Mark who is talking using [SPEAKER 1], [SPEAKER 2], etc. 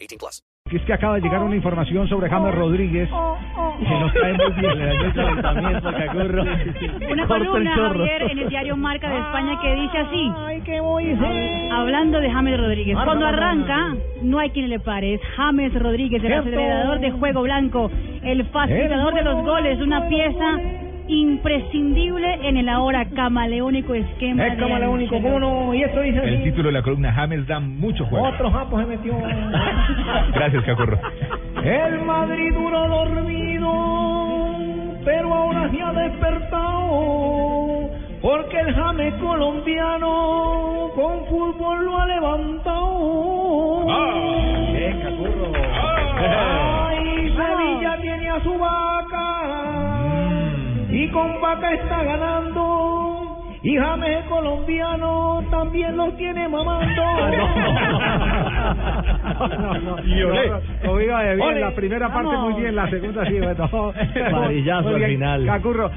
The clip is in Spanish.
[SPEAKER 1] 18 plus.
[SPEAKER 2] Y es que acaba de llegar una información sobre James Rodríguez que nos trae muy bien. Le dañó el calentamiento, cacurro.
[SPEAKER 3] Una
[SPEAKER 2] Corta el
[SPEAKER 3] columna,
[SPEAKER 2] chorro.
[SPEAKER 3] Javier, en el diario Marca de España que dice así,
[SPEAKER 2] Ay, qué voy a hacer.
[SPEAKER 3] hablando de James Rodríguez.
[SPEAKER 2] Ah,
[SPEAKER 3] Cuando
[SPEAKER 2] no, no, no,
[SPEAKER 3] arranca, no hay quien le pare. Es James Rodríguez, el
[SPEAKER 2] Cierto.
[SPEAKER 3] acelerador de juego blanco, el facilitador de los goles, una pieza imprescindible en el ahora camaleónico esquema.
[SPEAKER 2] Es
[SPEAKER 3] de
[SPEAKER 2] como la único
[SPEAKER 3] Ancelotti.
[SPEAKER 2] mono. Y esto dice
[SPEAKER 4] El
[SPEAKER 2] así.
[SPEAKER 4] título de la columna James da mucho juego.
[SPEAKER 2] Otro japo se metió.
[SPEAKER 4] Gracias, Cacorro.
[SPEAKER 2] El Madrid duró dormido, pero ahora se ha despertado. Porque el James colombiano con fútbol lo ha levantado.
[SPEAKER 4] Ah.
[SPEAKER 2] ¡Qué cacurro! ¡Ay, Sevilla tiene a su vaca! Y con vaca está ganando. Y James el colombiano también los tiene mamando.
[SPEAKER 4] Y olé.
[SPEAKER 2] Oiga, de bien,
[SPEAKER 4] Olé.
[SPEAKER 2] la primera parte
[SPEAKER 3] Vamos.
[SPEAKER 2] muy bien, la segunda sí, bueno.
[SPEAKER 4] Varillazo al
[SPEAKER 2] Oiga,
[SPEAKER 4] final.
[SPEAKER 2] Cacurro,